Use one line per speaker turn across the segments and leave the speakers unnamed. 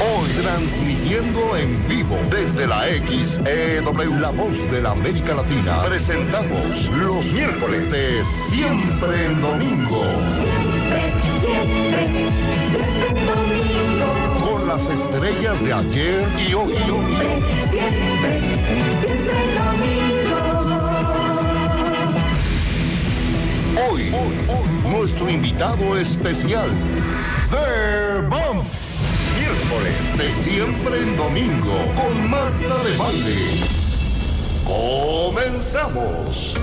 Hoy transmitiendo en vivo desde la XEW, la voz de la América Latina, presentamos los miércoles de Siempre en Domingo. Con las estrellas de ayer y hoy. Hoy, hoy, hoy, nuestro invitado especial, The Bumps. Miércoles de siempre en domingo con Marta de Valle. Comenzamos.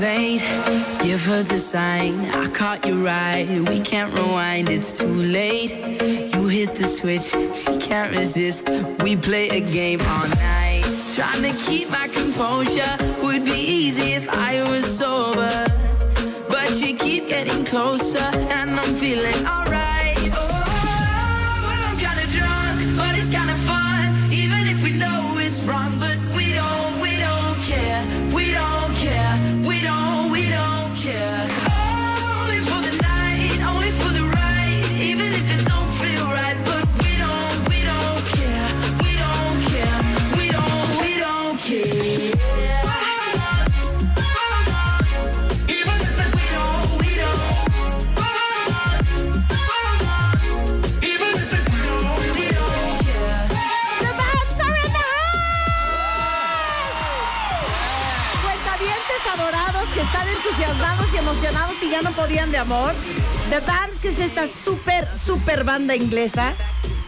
late. Give her the sign. I caught you right. We can't rewind. It's too late. You hit the switch. She can't resist. We play a game all night. Trying to keep my composure would be easy if I was sober. But you keep getting closer, and I'm feeling alright. Oh, well, I'm kinda drunk, but it's kinda fun. Even if we know it's wrong, but we don't, we don't care. We don't care. We don't, we don't care. Only for the night, only for the ride. Even if it don't feel right, but we don't, we don't care. We don't care. We don't, we don't care. Even if it- we don't, we don't. Even if it- we don't, we don't care.
The Bumps are in the house. Cuentavientes adorados que están entusiasmados y emocionados y ya no podían de amor. The Bams, que es esta súper, súper banda inglesa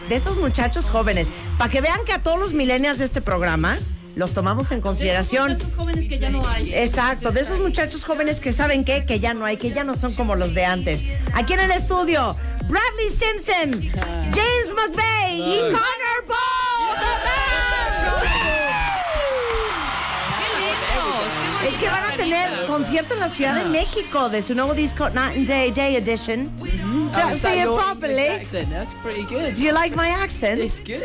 de estos muchachos jóvenes. Para que vean que a todos los millennials de este programa los tomamos en consideración.
Esos jóvenes que ya no hay.
Exacto, de esos muchachos jóvenes que saben qué, que ya no hay, que ya no son como los de antes. Aquí en el estudio, Bradley Simpson, James McVeigh y Connor Ball. Es que van a tener concierto en la Ciudad de México de su nuevo disco Night and Day Day Edition.
Ah,
Just say it properly.
That's pretty good.
Do you like my accent?
It's good.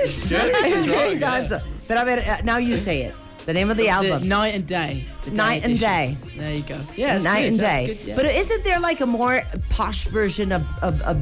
Pero a ver, uh, now you say it. The name of the
The
album.
night and day. The day
Night and
edition.
Day.
There you go. Yeah, it's
night
good.
and
That's
day.
good, yeah.
But isn't there like a more posh version of of, of,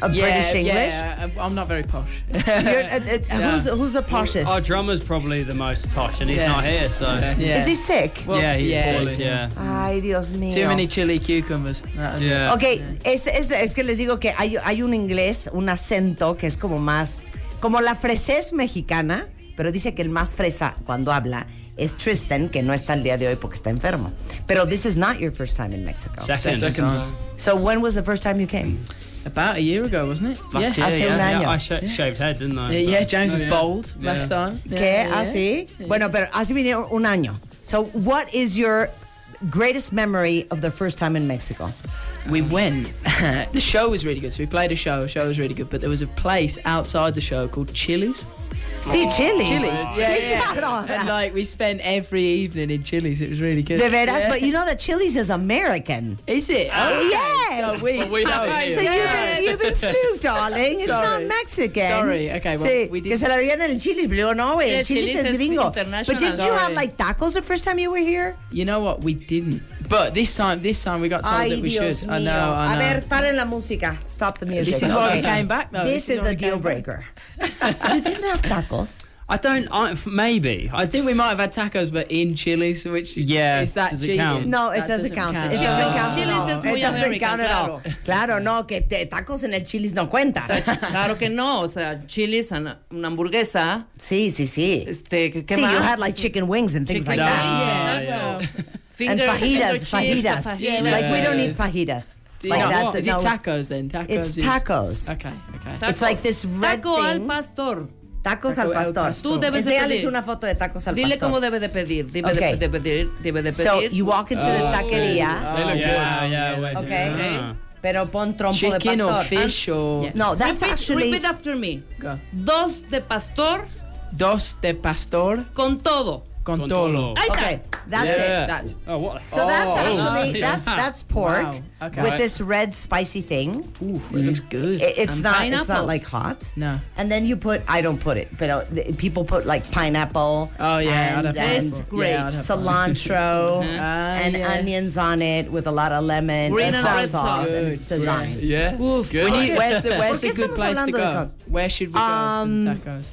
of
yeah,
British English?
Yeah, I'm- I'm not very posh.
You're, uh, uh,
Nah.
who's, who's the poshest?
Our drummer's probably the most posh, and he's
Yeah.
not here, so yeah,
Oh, yeah.
Is he sick?
Well,
he's
yeah.
poorly, yeah,
Ay, Dios mío.
Too many chili cucumbers. That was it.
yeah.
Ok, es, es- es que les digo que hay, hay un inglés, un acento que es como más, como la fresés mexicana, pero dice que el más fresa cuando habla es Tristan, que no está el día de hoy porque está enfermo. Pero this is not your first time in Mexico.
Second,
Second time.
So when was the first time you came?
About a year ago, wasn't it?
last
yeah.
year,
hace un
yeah,
año.
yeah, I sh- shaved head, didn't I? Oh,
Yeah, yeah, James was
yeah.
bold
Yeah.
last time. Yeah,
¿Qué?
yeah.
¿Así? Bueno, pero así vinieron un año. So, what is your greatest memory of the first time in Mexico?
We went. the show was really good. So we played a show. The show was really good. But there was a place outside the show called Chili's.
Sí, Chile.
Yeah,
sí,
yeah.
claro.
And like we spent every evening in Chili's. It was really good.
De veras,
Yeah.
but you know that Chili's is American.
Is it?
Oh,
Okay,
yes.
So we,
we love
so-
it here.
So you've been, you've been flew, darling. It's not
Sorry.
Mexican.
Sorry. Okay, well,
sí,
we
que
did-
se la veían en el Chili's, pero no, el
Yeah,
Chili's,
Chili's
es
is
gringo.
international.
But did you have
Sorry.
like tacos the first time you were here?
You know what? We didn't. But this time, this time we got told
Ay,
that we
Dios
should.
mío.
I know. I
A
know.
ver, paren la música. Stop the music.
is why we came back, though.
This,
This is
is,
why
a
we came
deal
back.
breaker. you didn't have tacos.
I don't. I, f- maybe I
I think we might have had tacos, but in Chili's, which is-
Yeah,
is that
does it
cheating?
count?
No, it
That
doesn't count. It
Oh.
doesn't count at
Chili's
all.
is
It
muy
doesn't
American,
count at all. Claro, no, que te- tacos en el Chili's no cuenta.
Claro que no, o sea, chiles, ana- una hamburguesa,
Sí, sí, sí.
este, ¿qué qué
Sí, you
más?
had like chicken wings and things
Chicken
like
wings.
that.
Yeah,
No. Yeah.
well,
And
Finger-
fajitas,
finger chips,
fajitas.
fajitas.
Like we don't eat fajitas.
do you
Like
know
that's
what?
a-
Is
no.
it tacos then? Tacos.
It's
is-
tacos.
Okay, okay.
It's like this red
Taco al
thing.
pastor.
Tacos al
Taco al
pastor.
pastor. Tú
debes de
Enséñales
pedir.
una foto de tacos al
Dile cómo
pastor.
debe de pedir, debe
Okay.
de, de pedir, debe de pedir.
So you walk into the taquería,
They look yeah,
good.
yeah, wait,
Okay.
yeah.
Ah. pero pon trompo de
Chicken
pastor.
or fish or
Yeah.
No, that's
repeat,
actually
repeat after me.
Go.
Dos de pastor
dos de pastor
con todo.
Contolo.
Ahí está.
Ah, Okay, that's
Yeah.
it.
That's it.
Oh, what?
So that's actually
yeah.
that's that's pork
oh, Wow, okay.
with this red spicy thing.
Ooh, it looks good.
It- it's
And
not it's
pineapple.
not like hot.
No.
And then you put I don't put it, but uh, th- people put like pineapple.
oh yeah,
and, uh,
I'd have
and
pineapple.
great.
Yeah, I'd have
cilantro
Ah,
and
yeah.
onions on it with a lot of lemon
Green
and
and
soy
red
sauce.
sauce.
And it's the
pineapple.
nine.
Yeah. Oof,
Good.
we need- where's the, where's
¿Por qué
a good
estamos
place to
hablando de
go? Where should we go
Um,
for tacos?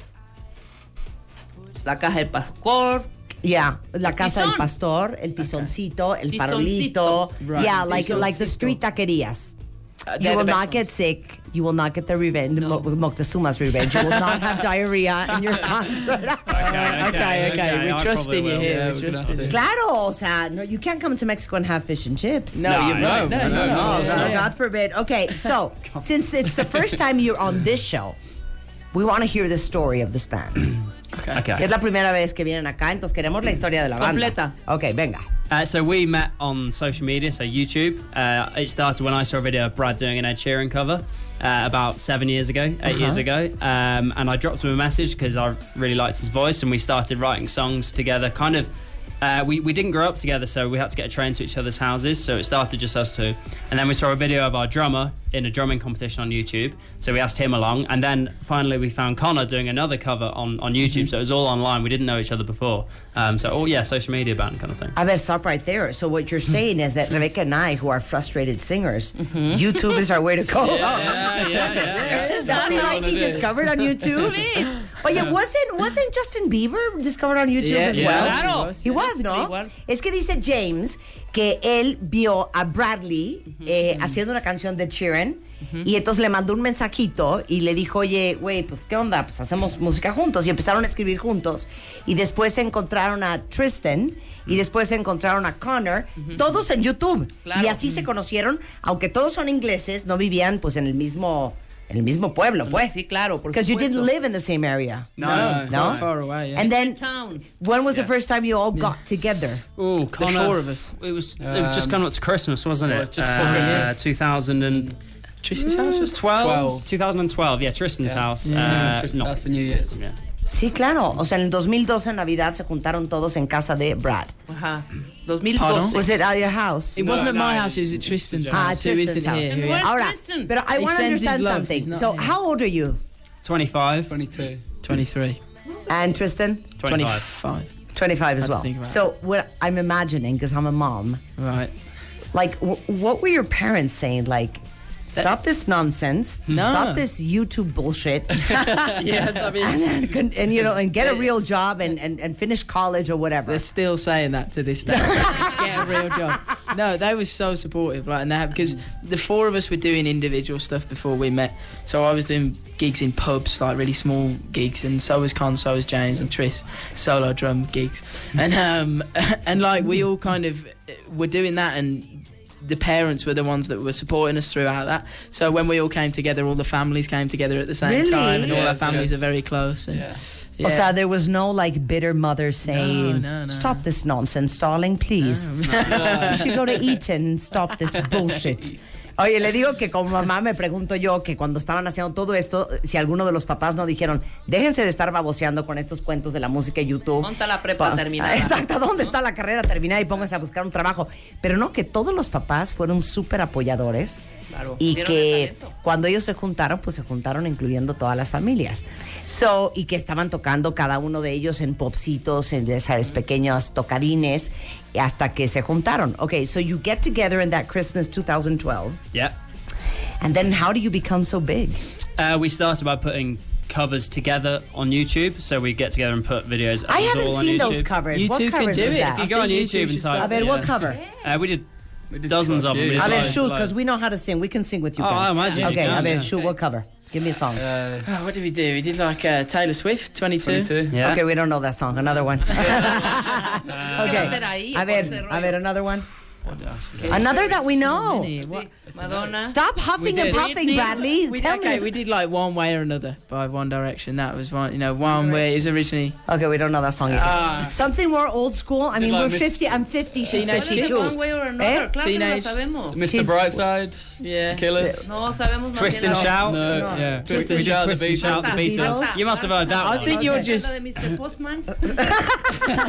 La caja de pascor.
Yeah, la casa del
Tizón.
pastor, el tizoncito, el
Tizoncito.
farolito.
Right.
Yeah, like like the
Tizoncito.
street taquerias.
Uh,
You
they're
will
the best
not get
ones.
sick. You will not get the revenge,
No.
Mo- Moctezuma's revenge. You will not have diarrhea in your concert.
Okay, okay,
okay,
we
I
trust in
probably
you
will. Yeah,
here.
we're
we
gonna
trust
have
in you.
to.
Claro, o sea, no, you can't come to Mexico and have fish and chips.
No,
No,
you're
no,
right. No, no,
no, no,
no.
Oh,
it's
God,
not.
God forbid. Okay, so since it's the first time you're on this show, we want to hear the story of this band.
Okay.
Es la primera vez que vienen acá, entonces queremos la historia de la banda.
Completa.
Okay, venga.
Uh, so we met on social media, so YouTube. Uh, it started when I saw a video of Brad doing an Ed Sheeran cover uh, about seven years ago, 8 years ago, um, and I dropped him a message because I really liked his voice, and we started writing songs together. Kind of, uh, we we didn't grow up together, so we had to get a train to each other's houses. So it started just us two, and then we saw a video of our drummer in a drumming competition on YouTube. So we asked him along, and then finally we found Connor doing another cover on on YouTube. So it was all online. We didn't know each other before, um, so oh yeah, social media band kind of thing.
A ver, stop right there. So what you're saying is that Rebecca and I, who are frustrated singers, YouTube is our way to go.
yeah, yeah, yeah.
Is Bobby Lightning discovered on YouTube? Oh yeah, wasn't wasn't Justin Bieber discovered on YouTube
Yeah,
as
yeah.
well?
Claro.
He was, ¿no?
Igual.
Es que dice James que él vio a Bradley eh, haciendo una canción de Sheeran y entonces le mandó un mensajito y le dijo, oye, güey, pues qué onda, pues hacemos música juntos y empezaron a escribir juntos y después encontraron a Tristan y después encontraron a Connor, todos en YouTube
Claro.
y así se conocieron, aunque todos son ingleses, no vivían pues en el mismo en el mismo pueblo, pues.
Sí, claro, por
Because you didn't
supuesto.
live in the same area.
No,
No?
Quite far away. Yeah.
And then,
Town.
when was the first time you all got together?
Ooh, Connor,
four of us.
It was it was just
Um,
coming up to Christmas, wasn't it? Uh,
it was just before Christmas.
2012.
Trish's house was
12.
2012. Yeah, Tristan's house.
Yeah,
Uh,
just-
no,
That's for New Year's.
Sí, claro. O sea, en el 2012 en Navidad se juntaron todos en casa de Brad.
Ajá.
Pardon?
Ah,
2012.
Was it at your house?
It wasn't at my
no,
house. It was at Tristan's
Ah,
house. who
Tristan's
isn't
house.
here, who-
Where's
Ahora,
Tristan?
pero I
He
want to
sends his
understand
love. He's
something.
not
So,
here.
how old are you?
25,
22.
23.
And Tristan?
25.
25.
25 as
Had to
well.
think about
So, what I'm imagining, because I'm a mom,
Right.
like, w- what were your parents saying? Like, stop this nonsense. Stop this YouTube bullshit.
yeah, I mean,
and, then con- and, you know, and get a real job and, and, and finish college or whatever.
They're still saying that to this day. Get a real job. No, they were so supportive, like, and they because the four of us were doing individual stuff before we met. So I was doing gigs in pubs, like really small gigs, and so was Con, so was James and Tris, solo drum gigs, and um, and like we all kind of uh, were doing that and the parents were the ones that were supporting us throughout that. So when we all came together, all the families came together at the same
Really?
time, and all
Yeah,
our families
it's-
are very close. And,
Yeah.
yeah.
O sea, there was no like bitter mother saying,
no, no,
"Stop
no.
this nonsense, darling, please. you should go to Eton and stop this bullshit." Oye, le digo que como mamá me pregunto yo que cuando estaban haciendo todo esto, si alguno de los papás no dijeron, déjense de estar baboseando con estos cuentos de la música y YouTube.
Ponte a la prepa
Pa-
terminada.
Exacto, ¿dónde está la carrera terminada y pónganse a buscar un trabajo? Pero no, que todos los papás fueron súper apoyadores
Claro.
y
Vieron el
que
talento.
cuando ellos se juntaron, pues se juntaron incluyendo todas las familias. So, y que estaban tocando cada uno de ellos en popsitos, en, ya sabes, pequeños tocadines, hasta que se juntaron. Okay, so you get together in that Christmas 2012,
yeah.
and then how do you become so big?
Uh, we started by putting covers together on YouTube, so we get together and put videos. of
I
us
haven't
all on
seen
YouTube.
those covers.
You
what
two can
covers
do
is
it.
that?
You go on
I think you
YouTube and
should
type.
A ver,
yeah.
what cover?
Uh, we did
We did
dozens
quite
of them.
few.
We did
A ver,
loads,
shoot, because
loads.
we know how to sing. We can sing with you
Oh,
guys.
I imagine you
okay,
can,
a ver,
yeah.
shoot, what cover? Give me a song.
Uh,
Oh, what did we do? We did like uh, Taylor Swift, 22.
22.
Yeah.
Okay, we don't know that song. Another one.
¿Qué va a hacer ahí?
A ver,
Con ese
a ver,
rollo.
another one.
What did I forget?
Another that we know.
Many. What?
Sí, Madonna.
Stop huffing and
did.
puffing,
We-
Bradley.
We,
Tell
okay,
me.
we did like one way or another by One Direction. That was one, you know, one way it was originally.
okay, we don't know that song yet.
Ah.
Something more old school. I mean,
like
we're
Miss-
50. I'm 50. She's
Teenage
Bueno, de One
52.
way or another,
¿Eh?
claro que no lo
Teenage.
sabemos.
Mr. Brightside,
Yeah.
Killers.
No sabemos más
Twist
bien
and
la-
shout.
No,
No.
yeah.
Twist
We
and
did
shout. The
Twist and
Beatles. Shout. The
Basta,
Beatles.
basta,
You must have heard that.
basta.
one.
Ah, I think you're
¿Es
just
la de Mr. Postman?
Mr. Postman.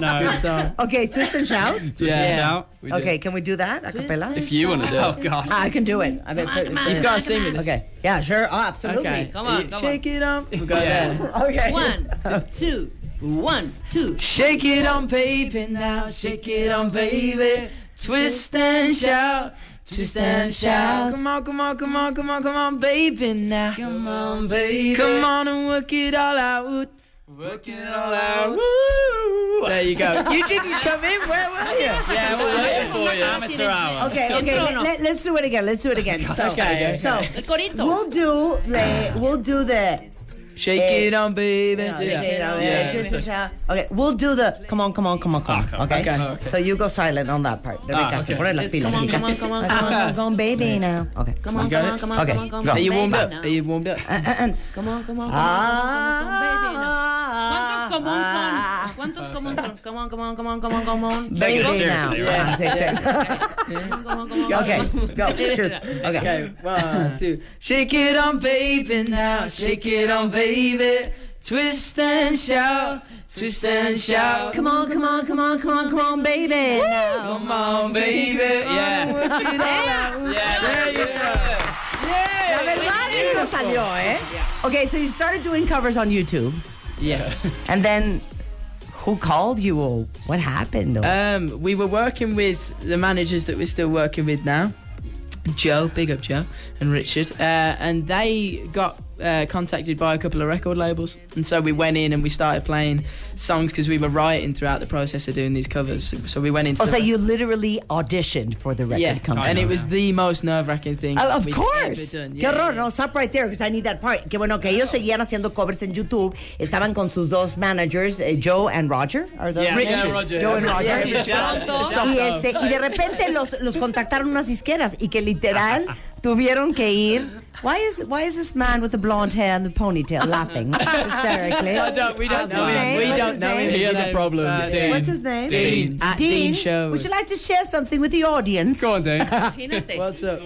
No.
good
Twist
song.
Okay, twist and shout.
and
uh, Yeah.
shout.
We did.
Okay, can we do that a cappella?
If you want to do
Oh
it.
God.
Ah, I can do it. I mean, put-
You've got to sing with this.
okay. Yeah, sure. Oh, absolutely.
Okay.
Come on,
You-
come
Shake it on. We got
Yeah.
that.
Okay.
One, two, one, two.
Shake it on, baby, now. Shake it on, baby. Twist and shout. Twist and shout. Come on, come on, come on, come on, come on, baby, now. Come on, baby. Come on and work it all out.
Work it
All out. Woo. There you go. You didn't come in. Where were you?
Yeah, we're waiting for you. Amateur hour.
Okay, okay. Let, let, let's do it again. Let's do it again. So,
Okay.
so
El corito.
we'll do the we'll do the
Shake it on, baby. Yeah.
you know,
Yeah.
uh, twist and shout. Okay, we'll do the come on, come on, come on, come on. Okay.
Okay.
So you go silent on that part. Rica, te pones las
Just
pilas,
Ah, come on,
hija.
come on, come on, come on.
Come on, baby now. Okay. Uh,
Come on,
You got
come on,
it?
come on,
Okay,
come on, come
go.
on.
Are you warmed
baby,
up?
now.
Are you warmed up?
Come on, come on, come on, come on, come on, baby, now. ¿Cuántos como un son?
Ah,
¿Cuántos como un son? Come on, come on, come on, come on, come on.
ah, Baby
Seriously,
now.
right?
Yeah, say- say-
Come on, come on, come on,
Okay,
come on.
go. Shoot. Okay.
Okay, one, two. Shake it on, baby, now. Shake it on, baby. Twist and shout. Twist and shout.
Come on, come on, come on, come on, come on, baby now.
Come on, baby. Yeah.
Yeah.
There you go.
La verdad sí nos salió, ¿eh? Okay, so you started doing covers on YouTube,
Yes.
and then who called you or what happened? Or-
Um, we were working with the managers that we're still working with now, Joe, big up Joe, and Richard, uh, and they got uh, contacted by a couple of record labels, and so we went in and we started playing songs because we were writing throughout the process of doing these covers. So we went into
oh, so
the-
you literally auditioned for the record
yeah,
company.
and it was the most nerve-wracking thing.
Oh, of
we'd
course.
ever done.
Qué
Yeah,
horror.
yeah.
No, stop right there because I need that part. Qué bueno que ellos seguían haciendo covers en YouTube. Estaban con sus dos managers, eh, Joe and Roger. Are those
Yeah,
Richard.
yeah, Roger.
Joe and
Yeah,
Roger.
yeah, yeah.
Y, este, y de repente los, los contactaron unas disqueras y que literal tuvieron que ir. Why is why is this man with the blonde hair and the ponytail laughing hysterically?
I don't- we don't
What's
know
his
him.
name?
We
What's
don't
his
know him.
name?
He has a problem.
Uh,
Dean.
What's his name?
Dean.
At Dean Sherwood.
Would you like to share something with the audience?
Go on, Dean.
Imagínate.
What's up?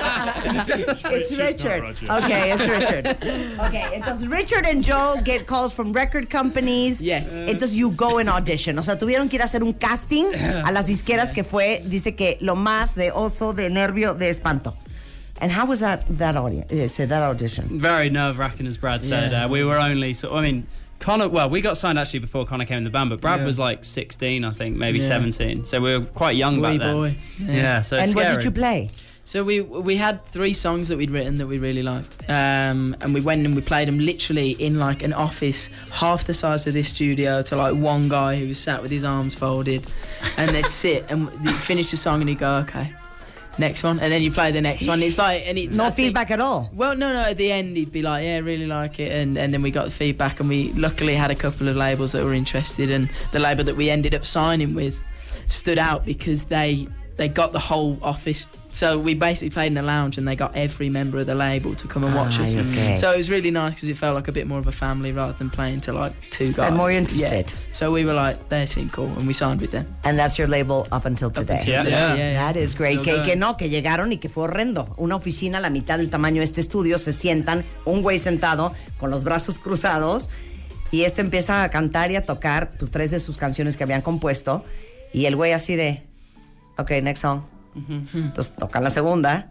It's Richard. Okay, it's Richard. okay, entonces Richard and Joe get calls from record companies.
Yes.
Entonces you go and audition. O sea, tuvieron que ir a hacer un casting a las disqueras que fue, dice que lo más de oso, de nervio, de espanto. And how was that that audience? that audition?
very nerve wracking, as Brad said.
Yeah.
Uh, we were only so. I mean, Connor. Well, we got signed actually before Connor came in the band, but Brad
Yeah.
was like 16, I think, maybe
Yeah.
17. So we were quite young
Wee
back then.
boy.
Yeah. so
and
scary.
what did you play?
So we we had three songs that we'd written that we really liked, um, and we went and we played them literally in like an office half the size of this studio to like one guy who was sat with his arms folded, and they'd sit and they'd finish the song and he'd go okay, next one, and then you play the next one. It's like and it's I
No
think-
feedback at all.
well, no, no. At the end, he'd be like, "Yeah, I really like it," and and then we got the feedback, and we luckily had a couple of labels that were interested, and the label that we ended up signing with stood out because they they got the whole office. So we basically played in a lounge, and they got every member of the label to come and watch
Ah,
it.
okay.
So it was really nice because it felt like a bit more of a family rather than playing to like two guys.
I'm more
Yeah.
interested.
So we were like, "They seem cool," and we signed with them.
And that's your label up until today.
Yeah.
Yeah,
Yeah.
yeah.
That is great. Que,
Still
que
going.
no, que llegaron y que fue horrendo. Una oficina a la mitad del tamaño de este estudio, se sientan, un güey sentado con los brazos cruzados y este empieza a cantar y a tocar pues, tres de sus canciones que habían compuesto y el güey así de, ok, next song. Entonces tocan la segunda,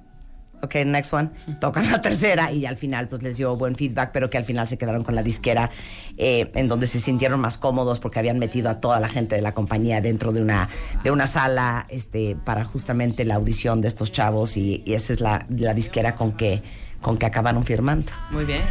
ok, next one, tocan la tercera y al final pues les dio buen feedback, pero que al final se quedaron con la disquera eh, en donde se sintieron más cómodos porque habían metido a toda la gente de la compañía dentro de una, de una sala este, para justamente la audición de estos chavos y, y esa es la, la disquera con que, con que acabaron firmando.
Muy bien.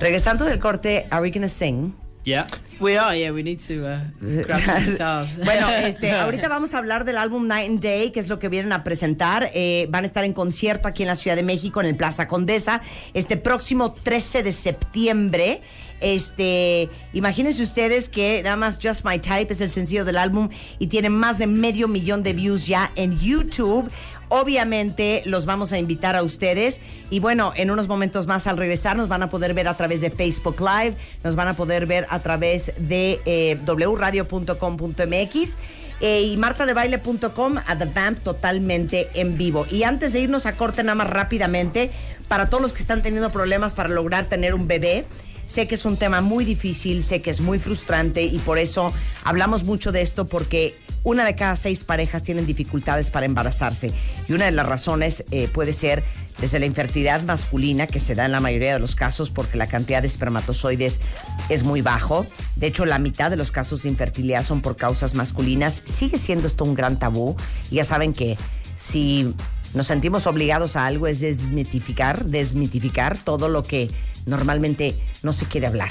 Regresando del corte, are we gonna sing?
Yeah.
We are. Yeah, we need to uh, grab some guitars.
bueno, este, ahorita vamos a hablar del álbum Night and Day, que es lo que vienen a presentar. Eh, van a estar en concierto aquí en la Ciudad de México, en el Plaza Condesa, este próximo 13 de septiembre. Este, imagínense ustedes que nada más Just My Type es el sencillo del álbum y tiene más de medio millón de views ya en YouTube. Obviamente los vamos a invitar a ustedes y bueno, en unos momentos más al regresar nos van a poder ver a través de Facebook Live, nos van a poder ver a través de eh, wradio.com.mx eh, y martadebaile.com a The Vamp totalmente en vivo. Y antes de irnos a corte nada más rápidamente, para todos los que están teniendo problemas para lograr tener un bebé, Sé que es un tema muy difícil, sé que es muy frustrante y por eso hablamos mucho de esto porque una de cada seis parejas tienen dificultades para embarazarse y una de las razones eh, puede ser desde la infertilidad masculina que se da en la mayoría de los casos porque la cantidad de espermatozoides es muy bajo. De hecho, la mitad de los casos de infertilidad son por causas masculinas. Sigue siendo esto un gran tabú y ya saben que si nos sentimos obligados a algo es desmitificar, desmitificar todo lo que normalmente no se quiere hablar.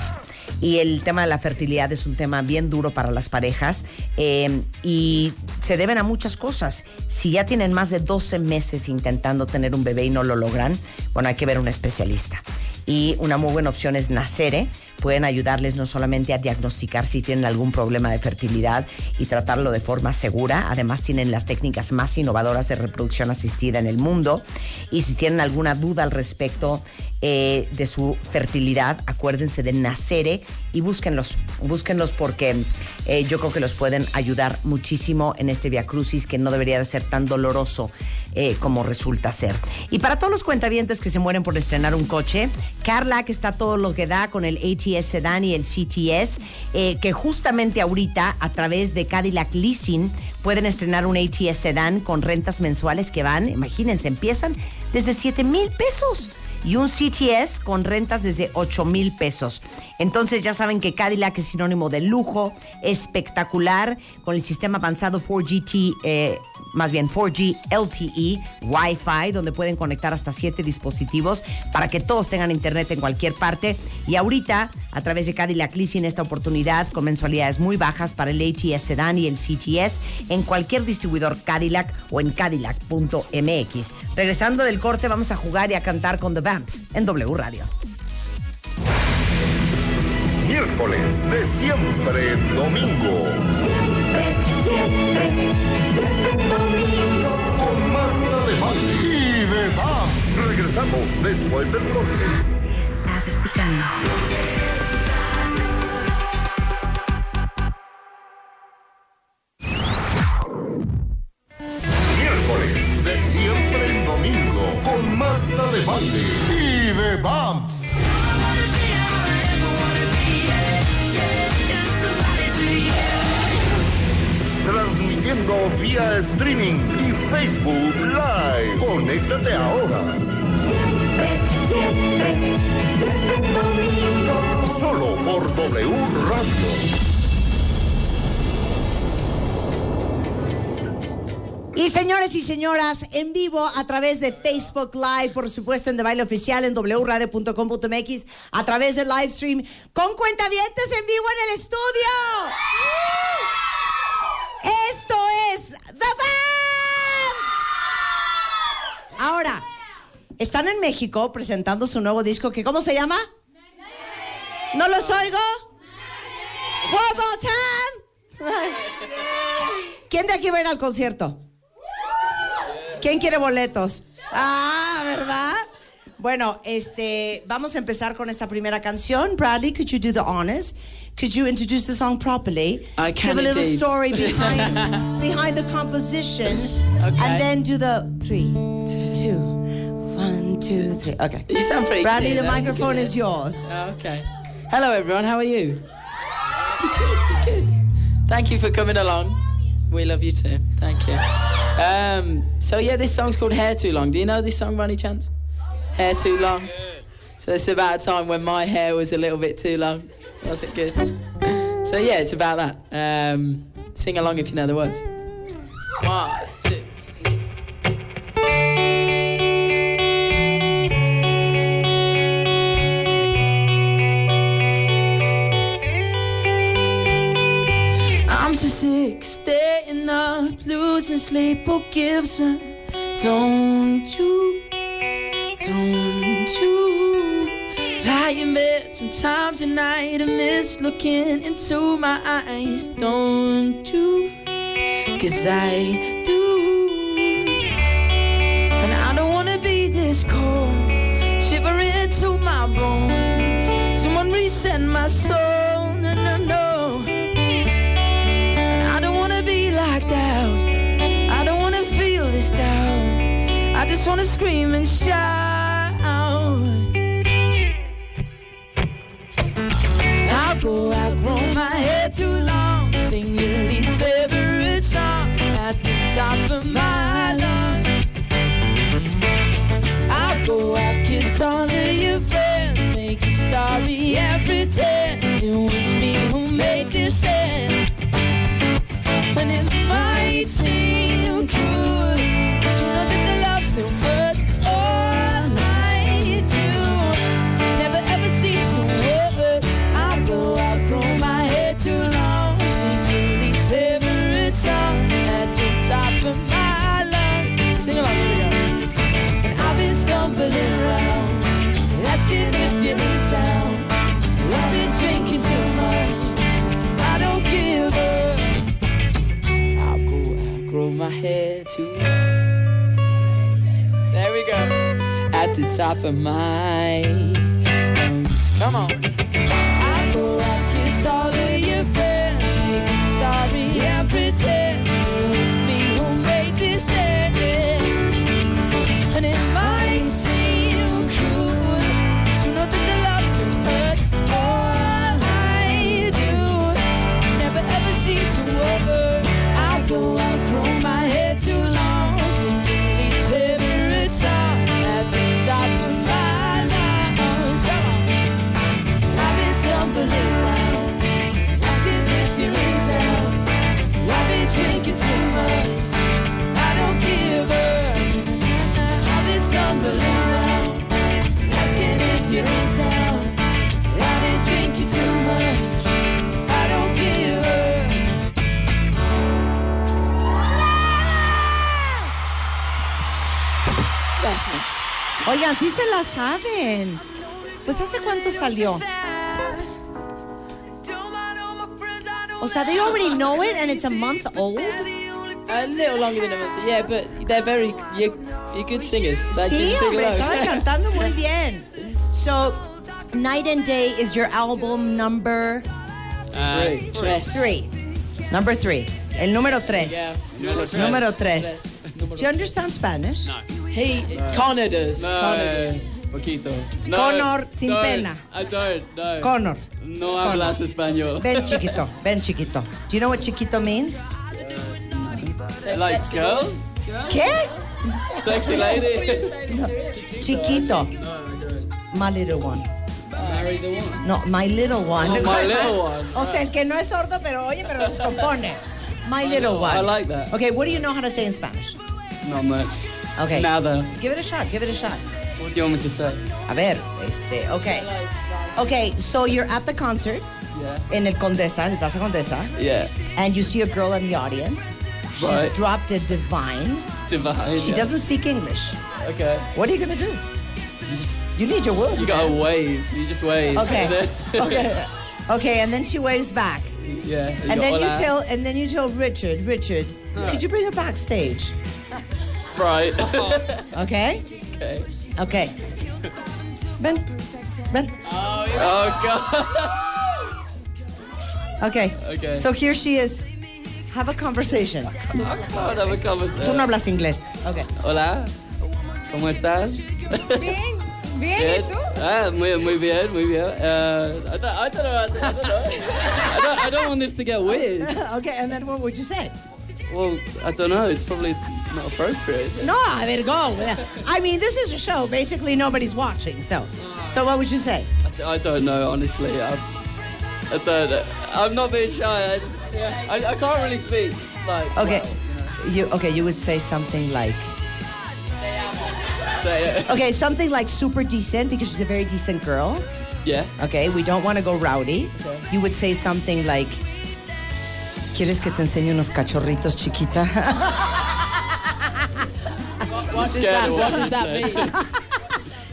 Y el tema de la fertilidad es un tema bien duro para las parejas eh, y se deben a muchas cosas. Si ya tienen más de 12 meses intentando tener un bebé y no lo logran, bueno, hay que ver a un especialista. Y una muy buena opción es Nacere. Pueden ayudarles no solamente a diagnosticar si tienen algún problema de fertilidad y tratarlo de forma segura. Además, tienen las técnicas más innovadoras de reproducción asistida en el mundo. Y si tienen alguna duda al respecto, eh, de su fertilidad, acuérdense de Nacere y búsquenlos, búsquenlos porque eh, yo creo que los pueden ayudar muchísimo en este Via Crucis que no debería de ser tan doloroso eh, como resulta ser. Y para todos los cuentavientes que se mueren por estrenar un coche, Carla que está todo lo que da con el ATS Sedan y el CTS, eh, que justamente ahorita a través de Cadillac Leasing pueden estrenar un ATS Sedan con rentas mensuales que van, imagínense, empiezan desde 7 mil pesos y un CTS con rentas desde 8 mil pesos. Entonces ya saben que Cadillac es sinónimo de lujo, espectacular, con el sistema avanzado 4GT, eh, más bien 4G LTE, E, Wi-Fi, donde pueden conectar hasta 7 dispositivos para que todos tengan internet en cualquier parte. Y ahorita, a través de Cadillac Leasing, esta oportunidad con mensualidades muy bajas para el ATS Sedan y el CTS en cualquier distribuidor Cadillac o en cadillac.mx. Regresando del corte, vamos a jugar y a cantar con The Vamps en W Radio.
Miércoles de siempre domingo. Con Marta de Baile y de Vamps. Regresamos después del corte.
Estás escuchando.
Miércoles de siempre en domingo con Marta de Baile y de Bumps. Transmitiendo vía streaming y Facebook Live. Conéctate ahora. Solo por W Radio.
Y señores y señoras, en vivo a través de Facebook Live, por supuesto en The Baile Oficial, en wradio.com.mx, a través de live stream, con cuentavientes en vivo en el estudio. Esto es The Vamps. Ahora, están en México presentando su nuevo disco que, ¿cómo se llama? ¿No los oigo? One more time. ¿Quién de aquí va a ir al concierto? ¿Quién quiere boletos? Ah, ¿verdad? Bueno, este, vamos a empezar con esta primera canción. Bradley, could you do the honors? Could you introduce the song properly?
I can
Give a little
indeed.
story behind behind the composition, and then do the three, two, one, two, three. Okay.
You sound pretty
Bradley,
clear
the
there.
microphone is yours.
Oh, okay. Hello, everyone. How are you? Good, good. Thank you for coming along. We love you too. Thank you. Um, so yeah, this song's called "Hair Too Long." Do you know this song by any chance? Hair too long. So it's about a time when my hair was a little bit too long. Was it good? So yeah, it's about that. Um, sing along if you know the words. One, two. I'm so sick, staying up, losing sleep. Who gives a don't you, don't you?
Lying bed, sometimes at night I miss looking into my eyes. Don't you? Cause I do. And I don't wanna be this cold, shivering to my bones. Someone reset my soul, no, no, no. And I don't wanna be locked out, I don't wanna feel this doubt. I just wanna scream and shout. I'll go out, grow my hair too long, singing Lee's favorite song at the top of my lungs. I'll go out, kiss all of your friends, make a story and pretend it was me who made this end. And it might seem cruel, but you know that the love still hurts. All I do never ever seems to work. I go out, grow my hair too long, singing these favorite songs at the top of my lungs. Sing along, here we go. And I've been stumbling around, asking if you're in town. I've been drinking too much, I don't give up. I'll go out, grow my hair too long. There we go. At the top of my bones. Come on. I go out, kiss all of your friends, make it sorry and pretend it's me who made this end. And it might seem cruel to know that the love's been hurt. All I do never ever seems to over. I go out, grow my hair too long, singing these favorite songs at the top of my lungs. Come on. I've been stumbling around, lost in the feeling town. I've been drinking too much, I don't give up. I've been stumbling around, lost in the feeling town. I've been drinking too much, I don't give up.
Gracias. Oigan, sí se la saben. Pues hace cuánto salió. O sea, they already know it and it's a month old.
A little longer than a month. Yeah, but they're very you're, you're good singers.
Sí,
They can sing
hombre,
along.
estaban cantando muy bien. So, Night and Day is your album number
Uh,
Tres.
three. Number three. El número tres.
Yeah.
Número tres. Do you understand Spanish?
He Connor does. Connor does.
Poquito.
Connor, sin pena.
I don't. No.
Connor.
no hablas español.
Ven chiquito, ven chiquito. Do you know what chiquito means?
Like girls?
¿Qué?
Sexy lady?
Chiquito. My little one.
Marry the one.
No, my little one.
Oh, my little one.
O sea, el que no es sordo, pero oye, pero los compone. My little one.
I like that.
Okay, what do you know how to say in Spanish?
Not much.
Okay.
Nada.
Give it a shot, give it a shot.
What do you want me to say?
A ver, este, okay. Okay, so you're at the concert
Yeah.
in El Condesa, en Plaza Condesa,
Yeah.
and you see a girl in the audience. She's
Right.
dropped a divine.
Divine.
She
yeah.
doesn't speak English.
Okay.
What are you gonna do?
You just
You need your words.
you gotta wave. You just wave.
Okay. okay. Okay, and then she waves back.
yeah.
And
got
then you
hola.
tell and then you tell Richard, Richard, could you bring her backstage?
Right.
Okay?
okay.
Okay. Ben. Ben.
Oh god.
Okay.
Okay.
So here she is. Have a conversation.
I can't have a
Tú no
conversation.
hablas inglés. Okay.
Hola. ¿Cómo estás?
Bien, bien, ¿y
Good.
tú?
Ah, muy, muy bien, muy bien. Uh, I, don't, I don't know. I don't know. I don't, I don't want this to get weird.
Okay, and then what would you say?
Well, I don't know. It's probably not appropriate.
No, I mean go. I mean this is a show. Basically nobody's watching, so so what would you say?
I, d- I don't know, honestly. I'm, I don't. know. I'm not being shy. I, just- I, I can't really speak. Like.
Okay. You okay, you would say something like
well, so,
Okay, something like super decent because she's a very decent girl.
yeah.
Okay, we don't want to go rowdy. You would say something like, ¿Quieres que te enseñe unos cachorritos, chiquita?
What does that
scared
what
of what
does
you
that mean?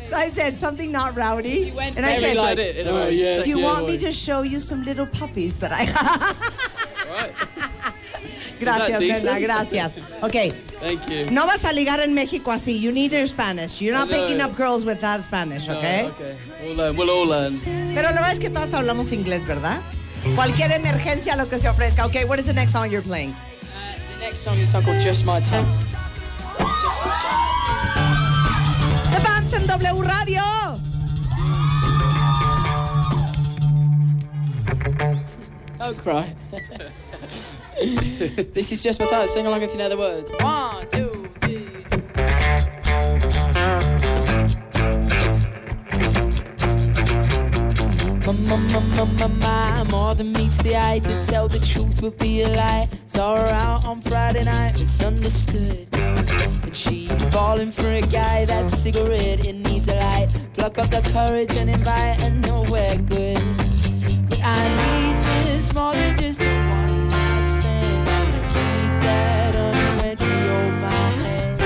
So I said something not rowdy.
You went
and I
very
said,
like-
it. Oh, yes,
Do you
yes.
want me to show you some little puppies that I have?
Right.
gracias,
decent?
Nena, gracias. Okay,
Thank you.
no vas a ligar en México así. You need your Spanish. You're not
No.
picking up girls with that Spanish,
No,
okay?
okay. We'll learn. We'll all learn.
Pero la verdad es que todas hablamos inglés, ¿verdad? Cualquier emergencia lo que se ofrezca. Okay, what is the next song you're playing?
Uh, The next song is called Just My Time.
The Bams en W Radio.
Don't cry. this is Just My Time. Sing along if you know the words. One, two, three. My, my, my, my, my, my, more than meets the eye. To tell the truth would be a lie. Saw her out on Friday night, misunderstood. And she's falling for a guy that's cigarette, it needs a light. Pluck up the courage and invite, and know we're good. But I need this more than just a one night stand. Need that underwear to hold my hand.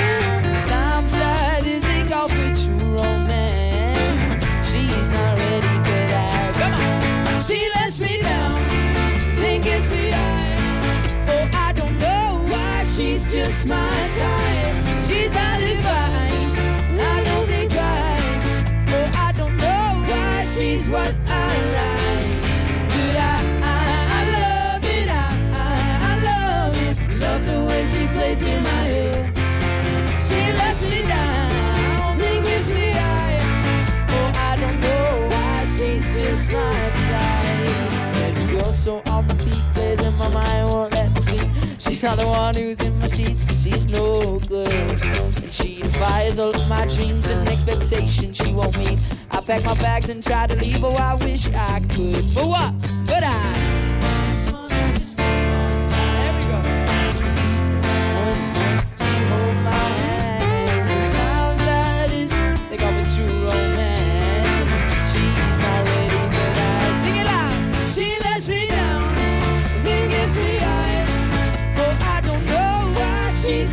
Times like this, they call for true romance. She's not ready for that. Come on. She lets me down, then gets me high. Oh, I don't know why she's just my type. She's not advice. I know they twice. Oh, I don't know why she's what I like. But I, I, I love it. I, I, I love it. Love the way she plays with my hair. She lets me down, then gets me high. Oh, I don't know why she's just my type. There's a girl so on repeat, plays in my mind, won't let me sleep. She's not the one who's in my sheets, cause she's no good. And she defies all of my dreams and expectations she won't meet. I pack my bags and try to leave, oh, I wish I could. But what? But I. There we go.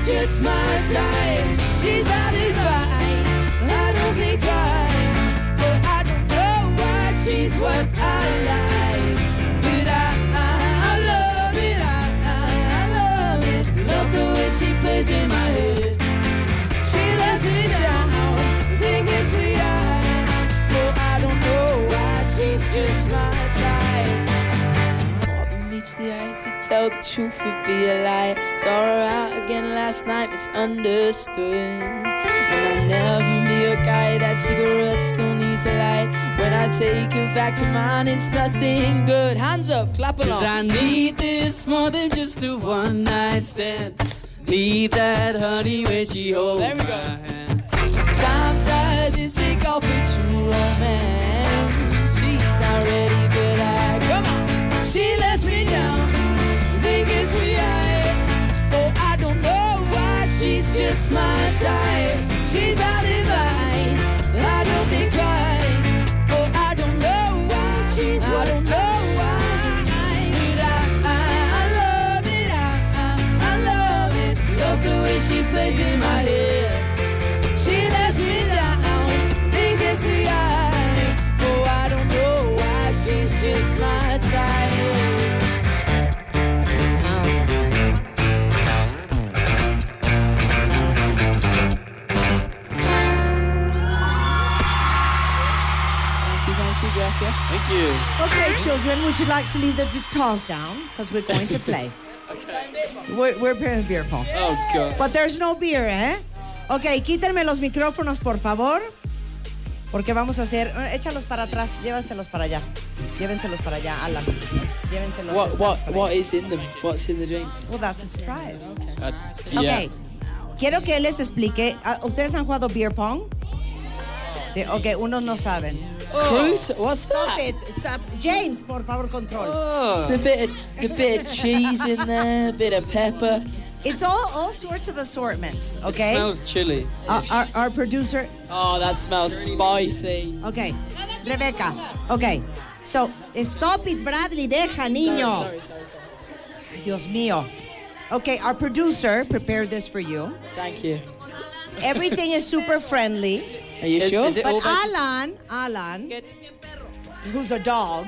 Just my type. She's not advice. I don't think twice. But I don't know why she's what I like. But I, I, I love it. I, I, I love it. Love the way she plays in my head. She lets me down, then gets me high. But I don't know why she's just my type. More than meets the eye to tell the truth would be a lie. Saw her out again last night, misunderstood. And I'll never be a guy that cigarettes still need to light. When I take her back to mine, it's nothing good. Hands up, clap along.
Cause I need this more than just a one night stand. Need that honey when she holds
There we go.
my hand.
Times like this, they call for true romance. She's not ready for that. Come on, she lets me down, then gets me high. Oh, I don't know why she's just my type. She's bad advice. I don't think twice. Oh, I don't know why she's. I don't know why. But I, I, I love it. I, I, I love it. Love the way she plays in my head. She lets me down, then gets me high. Oh, I don't know why she's just my type. Thank you, thank you, gracias.
Thank you.
Okay, children, would you like to leave the guitars down? Because we're going to play. We're, we're playing beer pong.
Oh god.
But there's no beer, ¿eh? Ok, quítenme los micrófonos, por favor. Porque vamos a hacer. eh, Échalos para atrás, llévenselos para allá. Llévenselos para allá, Alan. Llévenselos.
What,
estas
what,
para
what
allá.
is in them? What's in the drinks?
Well, that's a surprise.
That's-
Ok.
yeah.
Quiero que les explique. ah, ¿Ustedes han jugado beer pong? Sí, ok, unos no saben.
Fruit? What's
Stop
that?
it, stop. James, por favor, control.
It's a bit of, a bit of cheese in there, a bit of pepper.
It's all, all sorts of assortments,
It
okay?
smells chilly.
Our, our, our producer
Oh, that smells spicy.
Okay, Rebeca. Okay, so stop it, Bradley. Deja, niño.
Sorry, sorry, sorry.
Dios mío. Okay, our producer prepared this for you.
Thank you.
Everything is super friendly.
Are you sure?
Is it
But
all about
Alan, Alan, who's a dog,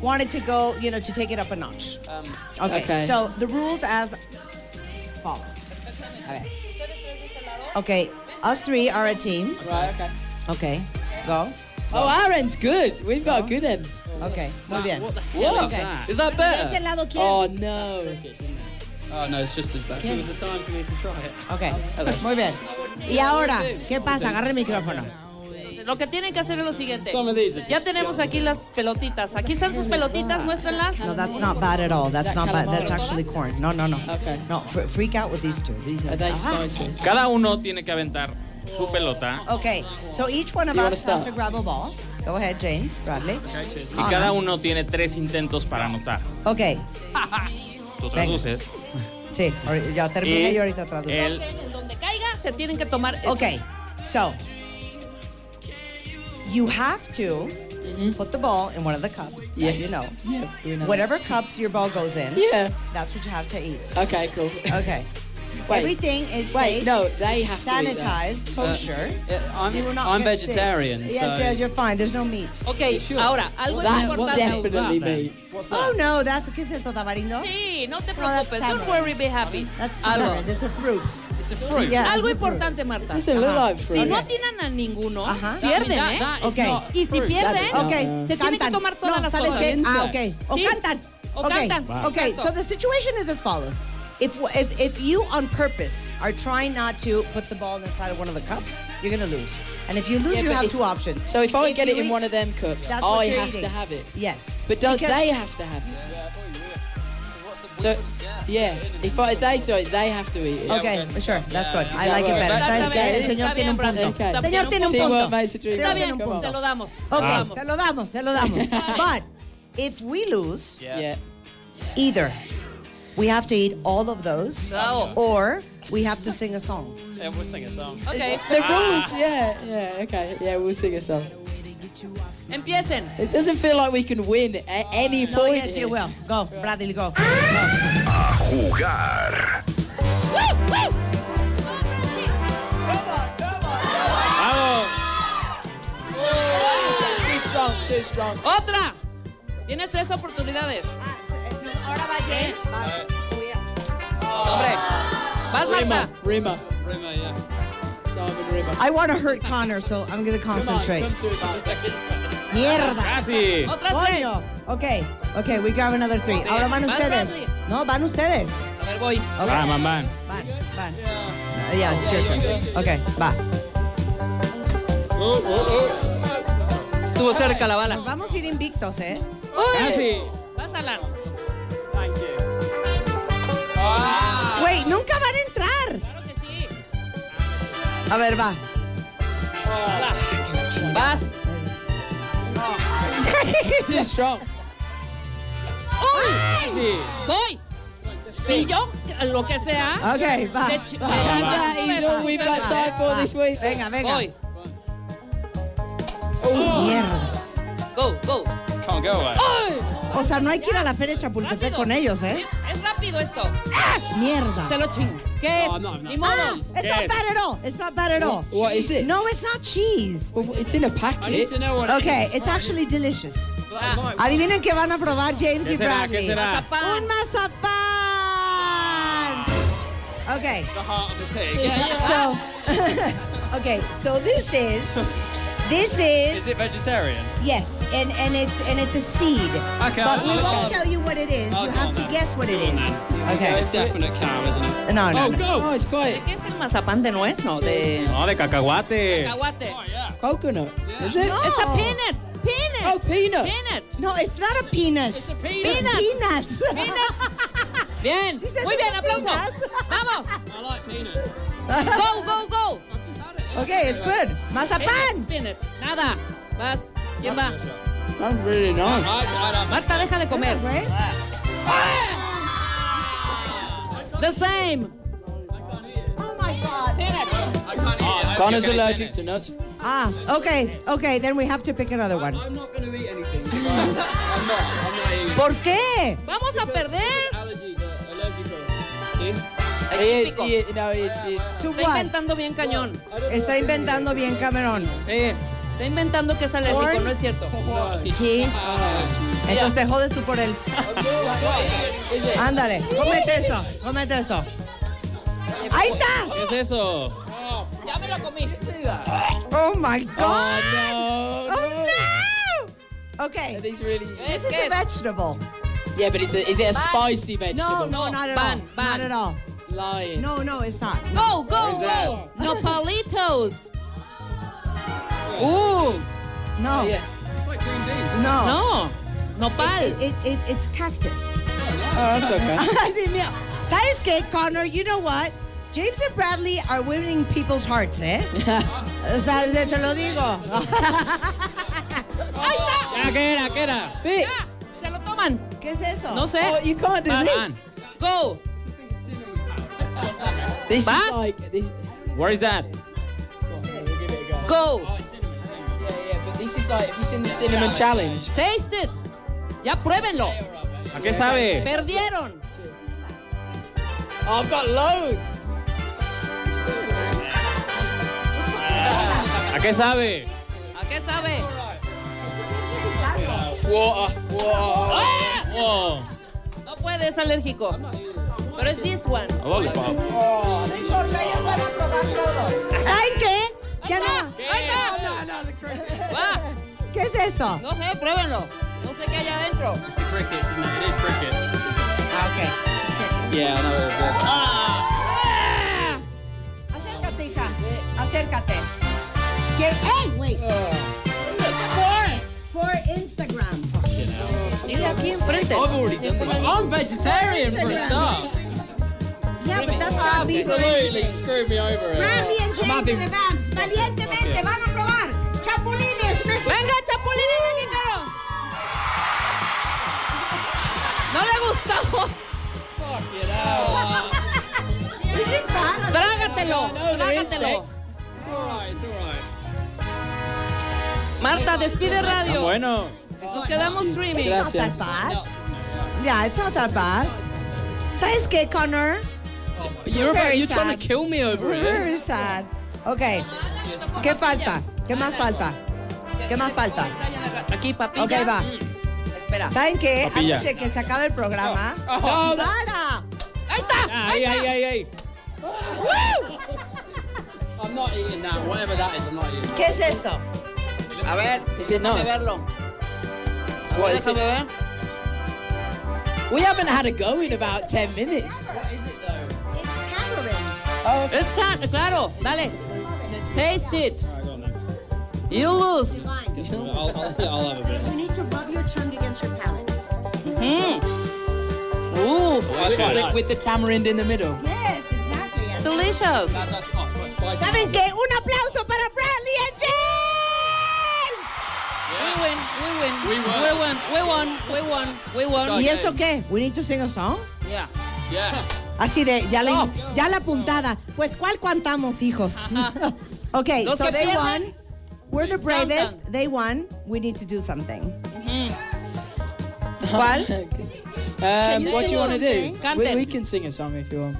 wanted to go, you know, to take it up a notch.
Um,
okay.
okay.
So the rules as follows. Okay. Okay. Us three are a team.
Right, okay.
Okay. Go.
Oh, our end's good. We've got a good end.
Okay. Muy bien.
What?
Okay.
Is that better?
lado quién?
Oh, no.
Oh no, it's just as bad.
It
It
was
was a time for me to try it.
Okay. Muy bien. Y ahora, ¿qué pasa? Agarra el micrófono.
Lo que tienen que hacer es lo siguiente.
Some of these are
Ya tenemos aquí las pelotitas. Aquí están sus pelotitas, muéstrenlas.
No, that's not bad at all. That's not bad. That's
calamari?
actually corn. No, no, no.
Okay.
No, fr- freak out with these two. These
Are
is.
they
Ah.
spices?
Cada uno tiene que aventar su pelota
Okay. So each one of
you wanna
us has
start?
to grab a ball. Go ahead, James, Bradley.
y cada uno tiene tres intentos para anotar.
Okay.
Tú traduces
Sí. ahori- Ya terminé y ahorita
y
eh,
traduzco.
él
En donde caiga, se tienen que tomar eso.
Okay, so you have to put the ball in one of the cups. that
Yes.
You know,
Yeah, we know.
whatever cups your ball goes in,
Yeah.
that's what you have to eat.
Okay, cool.
Okay.
Wait.
Everything is
Wait,
safe,
no, they have to eat that.
sanitized, kosher. so you're
I'm,
not
I'm
gonna sick.
vegetarian,
Yes,
so
yes, you're fine. There's no meat.
Ok, ahora, algo es
That's
importante.
definitely me.
Oh no, that's ¿qué es esto, tamarindo?
Sí, no te
that's
preocupes. Don't
tamarind.
worry, be happy.
That's
Algo.
tamarind. It's a fruit.
it's a fruit.
Yeah,
Algo
it's a fruit.
importante, Marta.
Doesn't look like fruit.
Si no atinan a ninguno,
Ajá.
pierden,
That-
¿eh?
that is
Okay.
not
Y si
fruit.
pierden,
That's-
Okay,
se tienen que
Ah. cantan.
tomar todas
no,
las
¿sabes
cosas.
qué? Ah, okay.
Insects.
O
Sí.
cantan.
O
okay.
cantan. Wow.
Okay,
Exacto.
so the situation is as follows. If, if, if you on purpose are trying not to put the ball inside of one of the cups, you're going to lose. And if you lose,
Yeah,
you
but
have
if-
two options.
So if I get it
you
in
eat-
one of them cups,
That's
I
what you're
have
eating.
to have it.
Yes.
But don't
Because-
they have to have it? So, yeah, if I, they do it, they have to eat it.
Okay, sure. That's good. I
Yeah,
like it
well,
better.
that's
¿Sabes
okay.
qué? El señor
Está
tiene un punto.
bien, Brandon.
Okay.
Está
Señor
bien,
tiene un
Teamwork
punto.
makes the dream
Señor
Está
work.
tiene un
bien,
Come on.
se lo
punto.
damos. se lo
Okay,
damos.
se lo damos, se lo damos. But if we lose,
Yeah.
either we have to eat all of those
Bravo.
or we have to sing a song.
Yeah, we'll sing a song.
Ok,
The rules, yeah, yeah, okay, yeah, we'll sing a song.
empiecen.
It doesn't feel like we can win at any
Oh,
point.
yes,
here.
you will. Go, Bradley, go.
A jugar.
Too strong, too strong.
¡Otra! Tienes tres oportunidades.
Ahora va James.
Hombre. Vas, Marta.
Rima,
Rima, yeah.
Simon Rima.
I want to hurt Connor, so I'm going to
Come on,
concentrate.
come to it, man.
Ah,
Mierda.
casi.
Otras tres.
Coño. Okay, okay, we grab another three. Ahora van
Vas,
ustedes.
Bradley.
No, van ustedes.
A ver, voy.
Ah, mamá.
Van, van. Uh, yeah, it's your turn. Okay, va.
Estuvo cerca la bala.
Nos vamos a ir invictos, ¿eh?
¡Uy! Vas, Alan.
Thank you.
Güey, nunca van a entrar.
Claro que sí.
A ver, va.
Vas.
Too strong.
¡Uy! Voy. Si yo, lo que sea.
Okay, va.
de chi-
And that is all we've got time for this week.
Venga, venga.
Voy.
Mierda.
Go, go.
Can't go away.
Oh,
¡Uy!
O sea, no hay que ir a la feria de Chapultepec
Rápido.
con ellos, ¿eh?
Sí, Es rápido esto.
Mierda.
Se lo chingo. ¿Qué es?
No, no, no.
Ni modo.
It's not bad at all. It's not bad at all.
What is it?
No, it's not cheese.
Well, it's in a
I need
packet.
to know what it
Okay, it's actually
Ah.
delicious.
Va.
Adivinen qué van a probar James y
¿Qué será?
Bradley.
¿Qué será?
Mazapán.
Un mazapán. Okay,
the heart of the pig.
so okay, so this is this is
Is it vegetarian?
yes, and and it's and it's a seed.
Okay,
but we
I'll-
won't
I'll-
tell you what it is.
I'll
Oh,
You
go
have
on
to
then.
guess what it is.
Yeah,
Okay.
it's definite cow, isn't it?
No, no.
Oh,
no.
go!
Oh, it's quite
¿Qué es el mazapán de nuez? No, de
No, Oh, de cacahuate.
cacahuate.
Oh, coconut, is it?
Es
oh.
a peanut. Peanut.
Oh, peanut.
Peanut.
No, it's not a penis. It's
a peanut.
Peanuts.
Peanut. Bien.
She said
Muy
it's
bien,
a
aplauso.
peanut.
Vamos.
I like peanuts.
Go, go, go.
Okay, it's good. Mazapan.
Peanut. Nada. Vas. ¿Quién va?
I'm really nice.
I, I don't
Marta, deja de comer. The same.
Oh my god.
Connor's allergic to nuts.
Ah, okay, okay, then we have to pick another one.
I'm not going to eat anything. I'm not. I'm not eating.
¿Por qué?
Vamos a perder.
Allergy, allergic. See?
It is, it, no, it's, it's,
To
Está
what?
inventando bien cañón.
Está inventando bien Cameron.
Sí. Está inventando que es alérgico,
Corn.
no es cierto.
Cheese. Entonces te jodes tú por él. Ándale, cómete eso, cómete eso. ¡Ahí está!
¿Qué es eso?
Ya me lo comí.
¡Oh, my God!
no,
¡Oh, no! Okay,
It's really.
this is
¿Qué
a
es?
vegetable.
Yeah, but is it, is it a spicy
No,
vegetable?
no, not at all.
ban,
Not
ban.
at all.
Lying.
No, no, it's not.
Go, go, go. Nopalitos. Uh,
Oh,
No,
Yeah.
no.
no. Nopal.
It, it, it's cactus.
Oh, that's okay.
Así, mira. ¿Sabes qué, Connor? You know what? James and Bradley are winning people's hearts, ¿eh? o sea, te te lo digo.
Ya, ¿Qué era? ¿Qué era?
Fix.
Se lo toman.
¿Qué es eso?
No sé.
Oh, you can't do this.
Go.
This
Bad.
is like this.
Where is that?
Go.
Yeah, yeah, but this is like. Have you seen the cinnamon challenge?
Taste it. Ya pruébenlo.
¿A qué sabe?
Perdieron.
Oh, I've got loads.
¿A qué sabe?
¿A qué sabe?
Water, water.
Wow.
No puede, es alérgico. Pero es this one.
A lollipop.
No importa, ellos van a probar todo. ¿Saben qué? Ya no.
¡Ahí está! No, no, no, Va.
¿Qué es eso?
No sé, pruébenlo. No sé qué hay adentro.
It's the crickets, isn't it? It is crickets.
Ah, ok.
Yeah, I know what it is.
Ah.
Acércate, hija. Acércate. ¿Quién? ¡Hey, wait! For, for Instagram.
Dile aquí enfrente.
I've already done this. I'm vegetarian for a start.
Yeah, but that's not
Absolutely screw me over. here.
Bradley and James de Vans, valientemente van a probar chapulines mexicanos.
¡Venga, chapulines mexicanos! No le gustó.
Is it bad?
Trágatelo.
no, they're
Trágatelo.
insects.
It's alright, it's alright.
Marta, despide
Tan
radio.
bueno.
Nos quedamos streaming.
It's not
Gracias.
that bad. Yeah, it's not that bad. ¿Sabes qué, Connor?
You're,
Very
about, you're trying
sad.
to kill me over here.
Very sad. Ok, ¿qué falta? ¿Qué más falta? ¿Qué más falta?
Aquí, papilla.
Ok, va.
Espera.
¿Saben qué?
Papilla.
Antes de que se acabe el programa.
Oh, that-
¡Para!
Ahí está.
Ay,
Ahí está.
ay, ay, ay.
I'm not eating that. Whatever that is, I'm not eating.
¿Qué es esto?
A ver, is it
Déjame
nice?
verlo.
What is
Déjame
it?
ver.
We haven't had a go in about 10 minutes.
It's tamarind.
Está, claro. Dale. Taste it. You lose.
I'll, I'll, I'll have a bit.
You need to rub your tongue against your palate.
Mm. Ooh,
That's good.
With, with the tamarind in the middle.
Yes, exactly.
it's delicious.
¿Saben qué? Un aplauso para Bradley and James.
We win, we win, we won, we won, we won, we won.
¿Y eso qué? We need to sing a song.
Oh, Yeah.
Así de, ya la, ya la puntada. Pues, ¿cuál cuantamos, hijos? ok,
Los
so
que
they
pierdan.
won. We're the bravest.
Cantan.
They won. We need to do something.
Mm-hmm.
¿Cuál?
Um,
you
what
sing
do you want to do?
something?
We,
Canten.
we can sing a song if you want.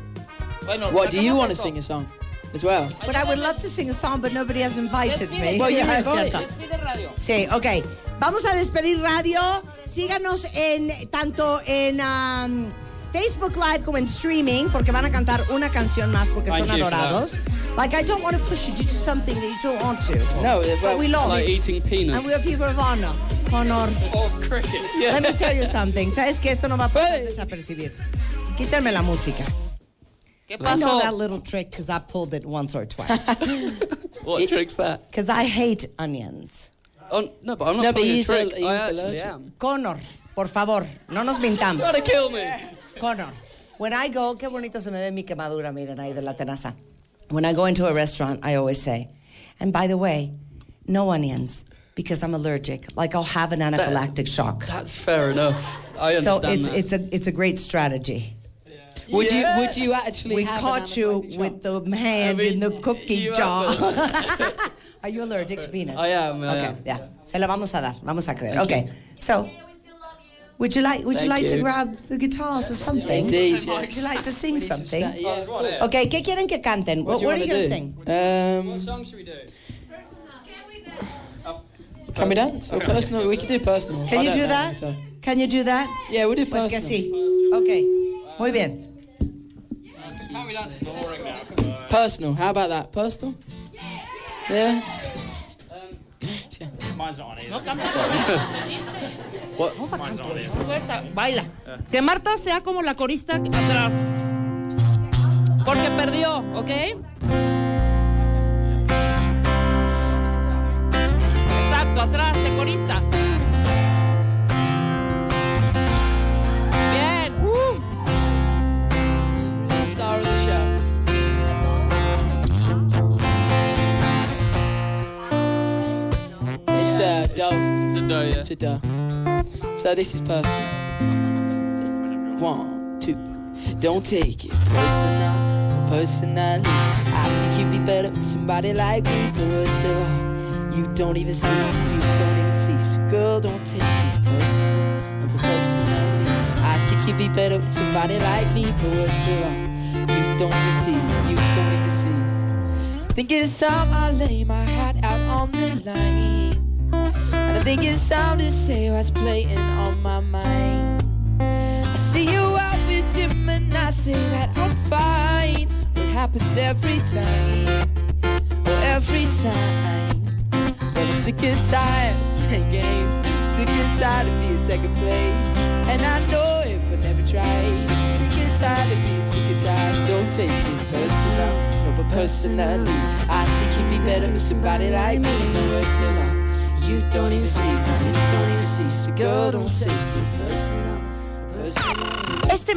What do you want to sing a song as well?
But I would love to sing a song, but nobody has invited me.
Well, you
Yeah,
have
es cierto.
Despide radio.
Sí, ok. Vamos a despedir radio. Síganos en tanto en um, Facebook Live como en streaming, porque van a cantar una canción más porque
Thank
son
you for
adorados. Like, I don't want to push you to do something that you don't want to.
No,
But we love
Oh. Like
it.
eating peanuts.
And we are people of honor. Honor.
Oh, crickets.
Let me tell you something. ¿Sabes que esto no va a pasar desapercibido? Quítenme la música.
¿Qué
I know
pasó?
that little trick because I pulled it once or twice.
What trick's that?
Because I hate onions.
Oh, no, but I'm not no, pulling a trick. I actually am.
Connor, por favor, no nos mintamos.
Trying to kill me.
Connor, when I go, qué bonito se me ve mi quemadura, miren ahí de la tenaza. When I go into a restaurant, I always say, and by the way, no onions because I'm allergic. Like I'll have an anaphylactic shock.
That's fair enough. I
So
understand
it's
that.
it's a it's a great strategy.
would you would you actually?
We
have an
caught you
anaphylactic
with
shock?
the hand
I mean,
in the cookie
you
jar.
have
Are you allergic to peanuts?
I am, I
okay,
am.
yeah. Se la vamos a dar, vamos a creer.
Thank
okay, so. We Would you like Would you
Thank
like to
you.
grab the guitars or something?
Indeed, yeah.
Would you like to sing something?
Yeah, of course.
Okay, ¿qué quieren que canten? What,
do you
what are
wanna
you going to
do?
sing?
Um,
What song should we do?
can we dance? Or personal? We could do personal.
Can
I
you
don't
do
know
that?
guitar.
Can you do that?
Yeah, we'll do
Pues
personal.
que sí. Okay. Muy bien.
Can we dance? Boring now. Come on.
Personal. How about that? Personal? Yeah.
Mine's not on either. Mine's not on either.
Suelta, baila. Que Marta sea como la corista atrás. Porque perdió, ¿ok? Exacto, atrás de corista. Bien. ¡uh!
Star of the show. It's uh, dope.
It's a no, yeah.
It's a duh. So this is personal. One, two. Don't take it personal, personally. I think you'd be better with somebody like me. First of all, you don't even see, you don't even see. So girl, don't take it personal, no, personally. I think you'd be better with somebody like me. First of all, you don't even see, you don't even see. Think it's time I lay my hat out on the line. And I think it's time to say what's playing on my mind. I see you out with him and I say that I'm fine. What happens every time? Oh, every time. But I'm sick and tired of playing games. Sick and tired of being second place. And I know if I never try, I'm sick and tired of being sick and tired. Don't take it personal, no, but personally, I think you'd be better with somebody like me. The worst of all, you don't even see, you don't even see. So girl, don't take it personal, personal.
Este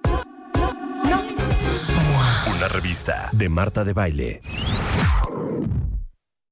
Una revista de Marta de Baile.